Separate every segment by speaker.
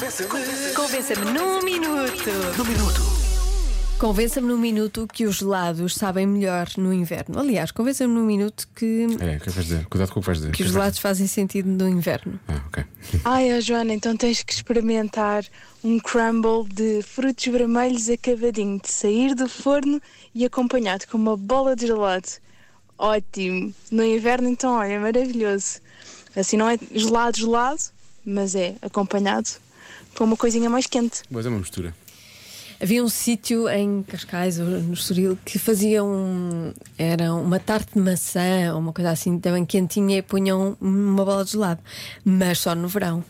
Speaker 1: Convença-me.
Speaker 2: Convença-me num minuto.
Speaker 1: Num minuto.
Speaker 2: Convença-me num minuto que os gelados sabem melhor no inverno. Aliás, convença-me num minuto que,
Speaker 3: É, o que é que vais dizer? Cuidado com o que vais dizer.
Speaker 2: que os gelados fazem sentido no inverno.
Speaker 3: Ah, ok.
Speaker 4: Ai, ó Joana, então tens que experimentar um crumble de frutos vermelhos acabadinho de sair do forno e acompanhado com uma bola de gelado. Ótimo! No inverno, então, olha, é maravilhoso. Assim não é gelado, gelado, mas é acompanhado com uma coisinha mais quente.
Speaker 3: Mas é uma mistura.
Speaker 2: Havia um sítio em Cascais, ou no Estoril, que faziam um- era uma tarte de maçã ou uma coisa assim, também quentinha e punham uma bola de gelado, mas só no verão.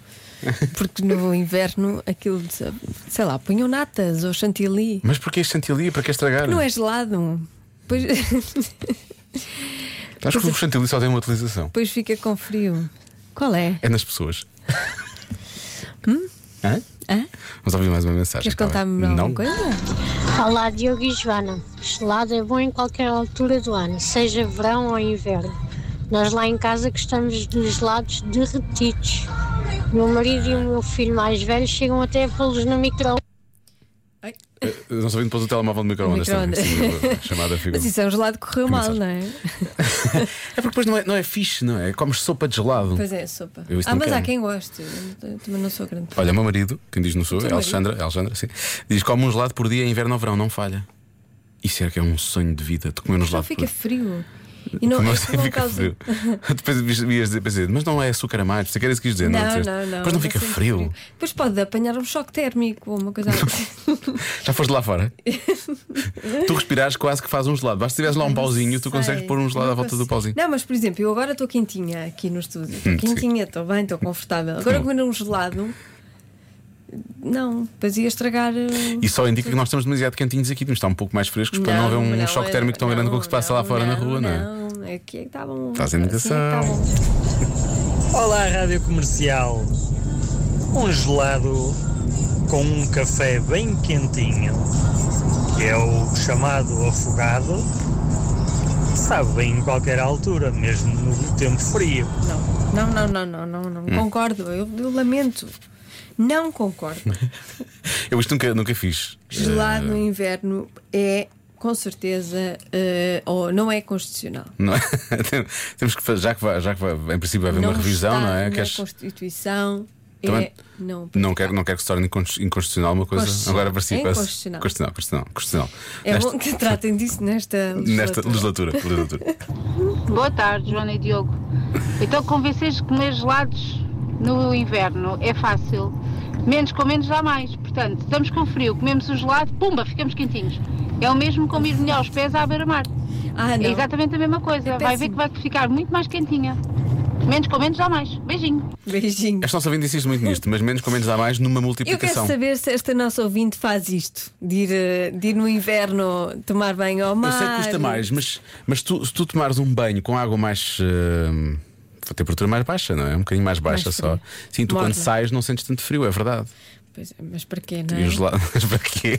Speaker 2: Porque no inverno aquilo, de- sei lá, punham natas ou chantilly.
Speaker 3: Mas porquê este chantilly? Para que estragar?
Speaker 2: Não é gelado. Pois,
Speaker 3: Acho que o chantilly só tem uma utilização.
Speaker 2: pois fica com frio. Qual é?
Speaker 3: É nas pessoas. Hã?
Speaker 2: Hã?
Speaker 3: Vamos ouvir mais uma mensagem.
Speaker 2: Hum? Queres
Speaker 3: tá bem?
Speaker 2: contar-me
Speaker 3: Não?
Speaker 2: alguma coisa?
Speaker 5: Olá, Diogo e Joana. Gelado é bom em qualquer altura do ano, seja verão ou inverno. Nós lá em casa gostamos de gelados derretidos. Meu marido e o meu filho mais velho chegam até a pô-los no micro
Speaker 3: Eh, Não só vim depois do telemóvel do micro-ondas também.
Speaker 2: Micro-ondas.
Speaker 3: Sim, Chamada figura.
Speaker 2: Mas isso é um gelado que correu mal,
Speaker 3: Mensagem.
Speaker 2: não é?
Speaker 3: É porque depois não é, não é fixe, não é? Comes sopa de gelado.
Speaker 2: Pois é, sopa.
Speaker 3: Eu isso
Speaker 2: ah,
Speaker 3: não
Speaker 2: mas
Speaker 3: quero.
Speaker 2: há quem goste. Eu eu também não sou grande fã.
Speaker 3: Olha, o meu marido, quem diz não sou, é
Speaker 2: marido.
Speaker 3: Alexandra, é Alexandra, sim. Diz: come um gelado por dia, inverno ou verão, não falha. Isso é que é um sonho de vida, de comer um
Speaker 2: Só
Speaker 3: gelado.
Speaker 2: fica
Speaker 3: por-
Speaker 2: frio. E não, é um
Speaker 3: Mas
Speaker 2: isso não
Speaker 3: fica
Speaker 2: causa-
Speaker 3: frio. Depois ias dizer, pensei, mas não é açúcar a mais, você quer isso que quis dizer, não,
Speaker 2: Não,
Speaker 3: disseste.
Speaker 2: não, não.
Speaker 3: Depois não fica
Speaker 2: sente
Speaker 3: frio.
Speaker 2: Depois pode apanhar um choque térmico ou uma coisa assim.
Speaker 3: Já foste lá fora? tu respirares quase que faz um gelado. Basta se tiveres lá um pauzinho,
Speaker 2: Sei,
Speaker 3: tu consegues pôr um gelado
Speaker 2: não
Speaker 3: à volta do
Speaker 2: consigo.
Speaker 3: pauzinho.
Speaker 2: Não, mas por exemplo, eu agora estou quentinha aqui no estúdio. Estou
Speaker 3: Hum, sim. Hum.
Speaker 2: quentinha, estou bem, estou confortável. Agora
Speaker 3: bom.
Speaker 2: comer um gelado. Não, depois ia estragar. eh,
Speaker 3: E só indica que nós estamos demasiado quentinhos aqui, temos de estar um pouco mais frescos para não haver um choque
Speaker 2: é-
Speaker 3: térmico tão grande com o que se passa lá
Speaker 2: não,
Speaker 3: fora na rua, não, é?
Speaker 2: não é? Aqui é que está bom.
Speaker 3: Estás em
Speaker 2: Assim é que tá
Speaker 3: negação.
Speaker 2: bom.
Speaker 6: Olá, Rádio Comercial. Um gelado com um café bem quentinho, que é o chamado afogado, sabe bem em qualquer altura, mesmo no tempo frio.
Speaker 2: Não, não, não, não, não, não
Speaker 3: Hum.
Speaker 2: concordo. Eu, eu lamento. Não concordo.
Speaker 3: É. Eu isto nunca, nunca fiz. Eh,
Speaker 2: Gelado no inverno é, com certeza, eh, ou não é constitucional.
Speaker 3: Não é? Tem- Temos que fazer, já que, vai, já que vai, em princípio vai haver uma revisão,
Speaker 2: está
Speaker 3: não é?
Speaker 2: Na
Speaker 3: Queres-
Speaker 2: Constituição
Speaker 3: Também-
Speaker 2: é não.
Speaker 3: não, quero, não quero que se torne inconst- inconstitucional uma coisa.
Speaker 2: Constitucional.
Speaker 3: Agora parecia
Speaker 2: É
Speaker 3: quase-
Speaker 2: constitucional.
Speaker 3: Constitucional, constitucional, constitucional.
Speaker 2: É
Speaker 3: Nesta-
Speaker 2: bom que tratem disso nesta
Speaker 3: Nesta
Speaker 2: legislatura.
Speaker 3: legislatura. legislatura.
Speaker 7: Boa tarde, Joana e Diogo. Então convences que comer gelados no inverno é fácil. Menos com menos dá mais. Portanto, estamos com frio, comemos o gelado, pumba, ficamos quentinhos. É o mesmo como ir melhor aos pés à beira-mar.
Speaker 2: Ah,
Speaker 7: É
Speaker 2: não.
Speaker 7: exatamente a mesma coisa. vai ver
Speaker 2: péssimo.
Speaker 7: que vai ficar muito mais quentinha. Menos com menos dá mais. Beijinho.
Speaker 2: Beijinho.
Speaker 3: Esta nossa ouvinte insiste muito nisto, mas menos com menos dá mais numa
Speaker 2: Eu quero
Speaker 3: multiplicação.
Speaker 2: saber se esta nossa ouvinte faz isto: de ir, eh, de ir no inverno tomar banho ao mar.
Speaker 3: Eu sei que custa mais, mas, mas tu, se tu tomares um banho com água mais. eh, temperatura mais baixa, não é? Um bocadinho mais baixa
Speaker 2: Mais
Speaker 3: só.
Speaker 2: fria.
Speaker 3: Sim, tu quando
Speaker 2: Morna.
Speaker 3: sais não sentes tanto frio, é verdade.
Speaker 2: Pois é, mas para quê, não é?
Speaker 3: E os lados, mas para quê?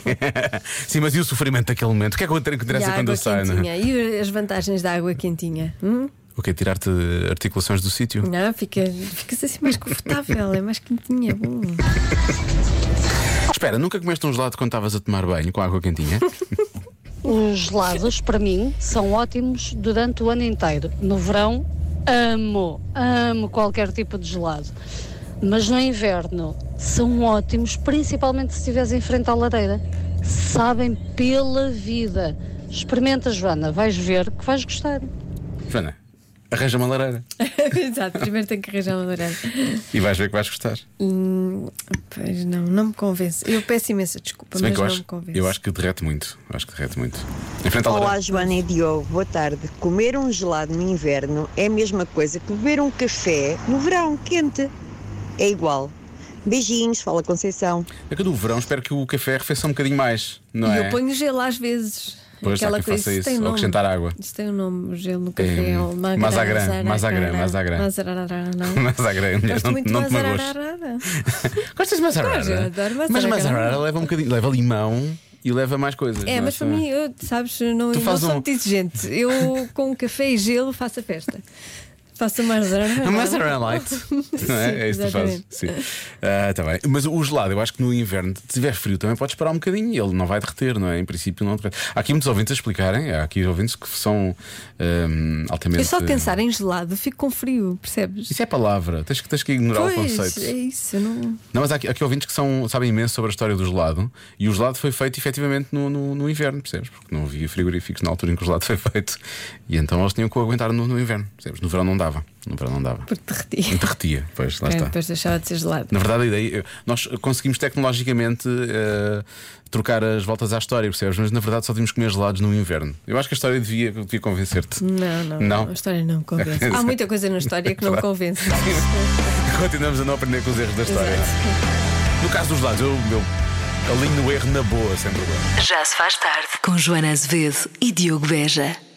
Speaker 3: Sim, mas e o sofrimento daquele momento? O que é que eu tenho
Speaker 2: E a
Speaker 3: que interessa quando
Speaker 2: água
Speaker 3: eu saio, não é?
Speaker 2: quentinha. E as vantagens da água quentinha? Hum?
Speaker 3: O quê? Tirar-te articulações do sítio?
Speaker 2: Não, fica, ficas assim mais confortável, é mais quentinha, é bom.
Speaker 3: Espera, nunca comeste um gelado quando estavas a tomar banho com água quentinha?
Speaker 8: Os gelados, para mim, são ótimos durante o ano inteiro. No verão, amo, amo qualquer tipo de gelado. Mas no inverno, são ótimos, principalmente se estiveres em frente à lareira. Sabem pela vida. Experimenta, Joana, vais ver que vais gostar.
Speaker 3: Joana, arranja uma lareira
Speaker 2: Exato, primeiro tenho que arranjar um uma dourada.
Speaker 3: e vais ver que vais gostar.
Speaker 2: Hum, pois não, não me convence. Eu peço imensa desculpa,
Speaker 3: Se bem
Speaker 2: mas
Speaker 3: que eu
Speaker 2: não
Speaker 3: acho,
Speaker 2: me convence.
Speaker 3: eu acho que derrete muito. Eu Acho que derrete muito. Em frente à
Speaker 9: Olá,
Speaker 3: lareira.
Speaker 9: Joana e Diogo, boa tarde. Comer um gelado no inverno é a mesma coisa que beber um café no verão, quente. É igual. Beijinhos, fala Conceição.
Speaker 3: É que do verão espero que o café arrefeça um bocadinho mais, não
Speaker 2: e
Speaker 3: é?
Speaker 2: eu ponho gelo às vezes.
Speaker 3: Pois, há
Speaker 2: Aquela
Speaker 3: quem
Speaker 2: coisa
Speaker 3: faça
Speaker 2: isso
Speaker 3: isso,
Speaker 2: tem
Speaker 3: ou
Speaker 2: nome.
Speaker 3: acrescentar água.
Speaker 2: Isto tem um nome, gelo no café,
Speaker 3: É,
Speaker 2: ou
Speaker 3: mais à grã, mais à grã, mais à grã.
Speaker 2: não.
Speaker 3: Mas à grande,
Speaker 2: Gosto
Speaker 3: não,
Speaker 2: muito
Speaker 3: não
Speaker 2: de é,
Speaker 3: te magoas.
Speaker 2: mazararara.
Speaker 3: Gostas de mazarara?
Speaker 2: Gosto, eu adoro
Speaker 3: Mas
Speaker 2: mazarara.
Speaker 3: mazarara leva um bocadinho, leva limão e leva mais coisas.
Speaker 2: É,
Speaker 3: não
Speaker 2: mas para
Speaker 3: Joana?
Speaker 2: mim, eu, sabes, não, eu não
Speaker 3: fazes
Speaker 2: sou
Speaker 3: um-
Speaker 2: muito exigente. Eu com café e gelo faço a festa. Faça uma reserva.
Speaker 3: A mozzarella light. Não é?
Speaker 2: Sim,
Speaker 3: é isso que tu fazes.
Speaker 2: exatamente.
Speaker 3: Sim. Ah, tá bem. Mas o gelado, eu acho que no inverno, se tiver frio, também pode esperar um bocadinho. Ele não vai derreter, não é? Em princípio, não derrete. Há aqui muitos ouvintes a explicarem. Há aqui ouvintes que são ahm, altamente.
Speaker 2: Eu só de pensar em gelado fico com frio, percebes?
Speaker 3: Isso é palavra. Tens que, tens que ignorar o
Speaker 2: Pois,
Speaker 3: conceito.
Speaker 2: é isso. eu Não...
Speaker 3: Não, mas há aqui, há aqui ouvintes que são, sabem imenso sobre a história do gelado e o gelado foi feito efetivamente no, no- no inverno, percebes? Porque não havia frigoríficos na altura em que o gelado foi feito e então eles tinham que o aguentar no, no inverno, percebes? No verão não dava, no verão não dava.
Speaker 2: Porque derreti.
Speaker 3: Derretia, pois, lá
Speaker 2: É,
Speaker 3: está.
Speaker 2: Depois deixava de ser gelado.
Speaker 3: Na verdade, a ideia, eu- nós conseguimos tecnologicamente eh, trocar as voltas à história, percebes? Mas na verdade só tínhamos que comer gelados no inverno. Eu acho que a história devia, devia convencer-te.
Speaker 2: Não, não,
Speaker 3: Não. É
Speaker 2: não. A história não me convence. Há muita coisa na história que não me convence.
Speaker 3: Continuamos a não aprender com os erros da história.
Speaker 2: Exato.
Speaker 3: No caso dos gelados, eu, eu alinho o erro na boa, sem problema.
Speaker 1: Já se faz tarde com Joana Azevedo e Diogo Beja.